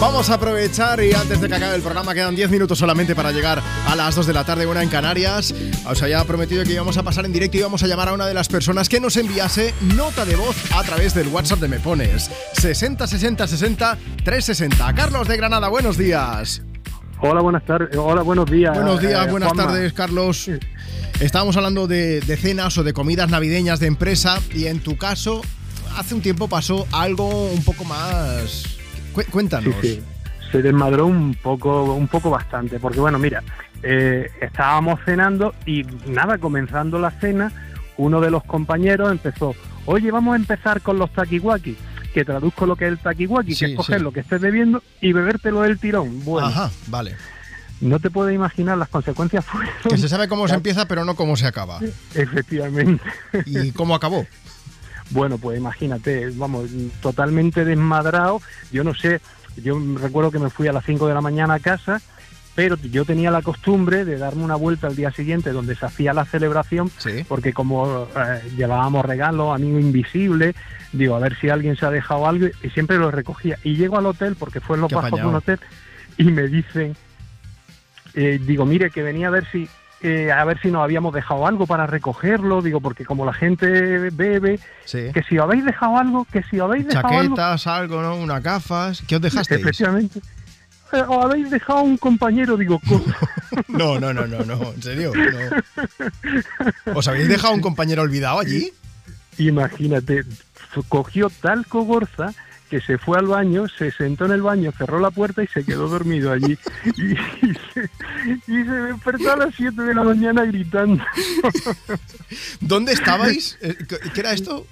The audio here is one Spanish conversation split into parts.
Vamos a aprovechar y antes de que acabe el programa quedan 10 minutos solamente para llegar a las 2 de la tarde, una en Canarias. Os había prometido que íbamos a pasar en directo y íbamos a llamar a una de las personas que nos enviase nota de voz a través del WhatsApp de Me Pones. 60 60 60 360. Carlos de Granada, buenos días. Hola, buenas tardes. eh, Hola, buenos días. Buenos días, eh, buenas Juanma. tardes, Carlos. Estábamos hablando de, de cenas o de comidas navideñas de empresa y en tu caso, hace un tiempo pasó algo un poco más... Cué- Sí, Cuéntanos. sí. Se desmadró un poco, un poco bastante, porque bueno, mira, eh, estábamos cenando y nada, comenzando la cena, uno de los compañeros empezó, oye, vamos a empezar con los takiwaki, que traduzco lo que es el takiwaki, Sí, que sí. es coger lo que estés bebiendo y bebértelo del tirón. Bueno, Ajá, vale. no te puedes imaginar las consecuencias fueron, Que se sabe cómo se empieza, pero no cómo se acaba. efectivamente. ¿Y cómo acabó? Bueno, pues imagínate, vamos, totalmente desmadrado. Yo no sé, yo recuerdo que me fui a las 5 de la mañana a casa, pero yo tenía la costumbre de darme una vuelta al día siguiente donde se hacía la celebración, Sí. porque como eh, llevábamos regalos, amigo invisible, digo, a ver si alguien se ha dejado algo, y siempre lo recogía. Y llego al hotel, porque fue en los Qué bajos de un apañado. hotel, y me dicen, eh, digo, mire, que venía a ver si... eh, a ver si nos habíamos dejado algo para recogerlo, digo, porque como la gente bebe, Sí. que si habéis dejado algo, que si habéis dejado algo, Chaquetas, algo, ¿no? Unas gafas. ¿Qué os dejasteis? efectivamente, eh, o habéis dejado un compañero, digo, ¿cómo? No, no, no, no, no. En serio. no. ¿Os habéis dejado un compañero olvidado allí? imagínate, cogió tal cogorza que se fue al baño, se sentó en el baño, cerró la puerta y se quedó dormido allí. Y, y se, y se despertó a las 7 de la mañana gritando. ¿Dónde estabais? Eh, ¿Qué qué era esto?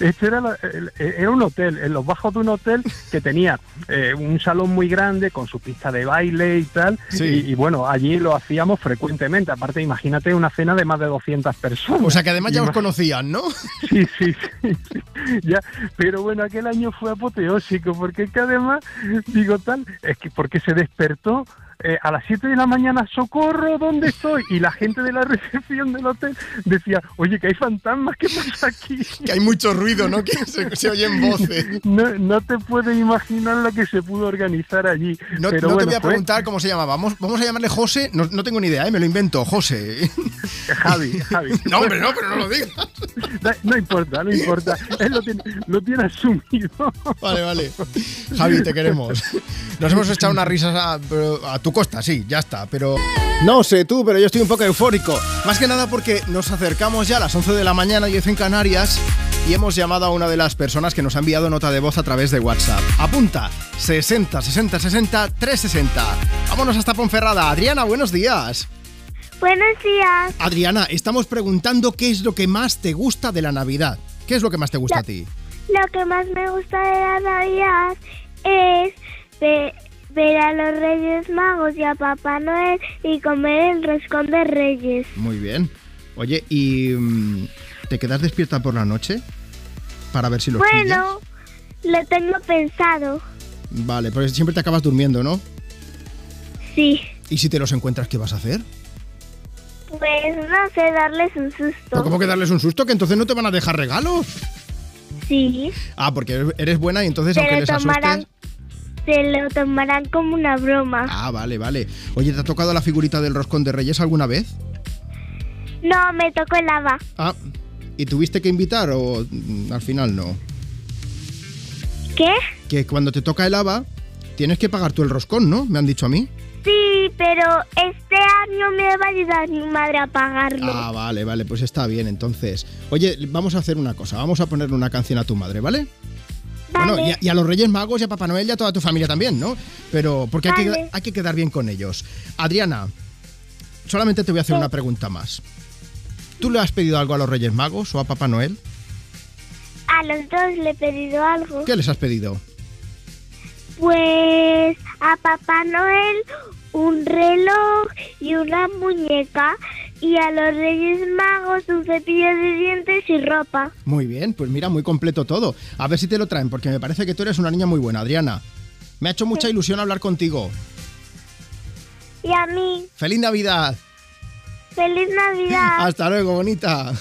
Este era, la- el- era un hotel, en los bajos de un hotel que tenía eh, un salón muy grande con su pista de baile y tal. Sí. Y, y bueno, allí lo hacíamos frecuentemente. Aparte, imagínate una cena de más de 200 personas. O sea, que además ya os Ima- conocían, ¿no? Sí, sí, sí, sí. Ya, pero bueno, aquel año fue apoteósico, porque es que además, digo tal, es que porque se despertó eh, a las 7 de la mañana, socorro, ¿dónde estoy? Y la gente de la recepción del hotel decía, oye, que hay fantasmas, ¿qué pasa aquí? Que hay mucho ruido, ¿no? Que se, se oyen voces. No, no te puedes imaginar lo que se pudo organizar allí. No, no Pero te bueno, voy a fue- preguntar cómo se llamaba. Vamos, vamos a llamarle José. No, no tengo ni idea, ¿eh? me lo invento. José. Javi, Javi. No, hombre, no, pero no lo digas. Da- No importa, no importa. Él lo tiene, lo tiene asumido. Vale, vale. Javi, te queremos. Nos hemos echado unas risas a, pero a tu costa, sí, ya está, pero... No sé tú, pero yo estoy un poco eufórico. Más que nada porque nos acercamos ya a las 11 de la mañana, 10 en Canarias, y hemos llamado a una de las personas que nos ha enviado nota de voz a través de WhatsApp. Apunta, 60 60 60 360. Vámonos hasta Ponferrada. Adriana, buenos días. Buenos días. Adriana, estamos preguntando qué es lo que más te gusta de la Navidad. ¿Qué es lo que más te gusta a ti? Lo que más me gusta de la Navidad es ve- ver a los Reyes Magos y a Papá Noel y comer el roscón de Reyes. Muy bien. Oye, ¿y mm, te quedas despierta por la noche? Para ver si los bueno, lo tengo pensado. pillas. Vale, pero siempre te acabas durmiendo, ¿no? Sí. ¿Y si te los encuentras, qué vas a hacer? Pues no sé, darles un ¿Pero susto. cómo que darles un susto? Que entonces no te van a dejar regalos. Sí. Ah, porque eres buena y entonces aunque Se lo les asustes... tomarán. Se lo tomarán como una broma. Ah, vale, vale. Oye, ¿te ha tocado la figurita del roscón de Reyes alguna vez? No, me tocó el lava. Ah, ¿y tuviste que invitar o mm, al final no? ¿Qué? Que cuando te toca el haba, tienes que pagar tú el roscón, ¿no? Me han dicho a mí. Sí, pero este año me va a ayudar mi madre a pagarlo. Ah, vale, vale, pues está bien entonces. Oye, vamos a hacer una cosa, vamos a ponerle una canción a tu madre, ¿vale? vale. Bueno, y a, y a los Reyes Magos y a Papá Noel y a toda tu familia también, ¿no? Pero porque hay, que, Vale. hay que quedar bien con ellos. Adriana, solamente te voy a hacer una pregunta más. ¿Tú le has pedido algo a los Reyes Magos o a Papá Noel? A los dos le he pedido algo. ¿Qué les has pedido? Pues a Papá Noel un reloj y una muñeca y a los Reyes Magos un cepillo de dientes y ropa. Muy bien, pues mira, muy completo todo. A ver si te lo traen, porque me parece que tú eres una niña muy buena, Adriana. Me ha hecho mucha ilusión hablar contigo. Y a mí, ¡Feliz Navidad! feliz Navidad. Hasta luego, bonita.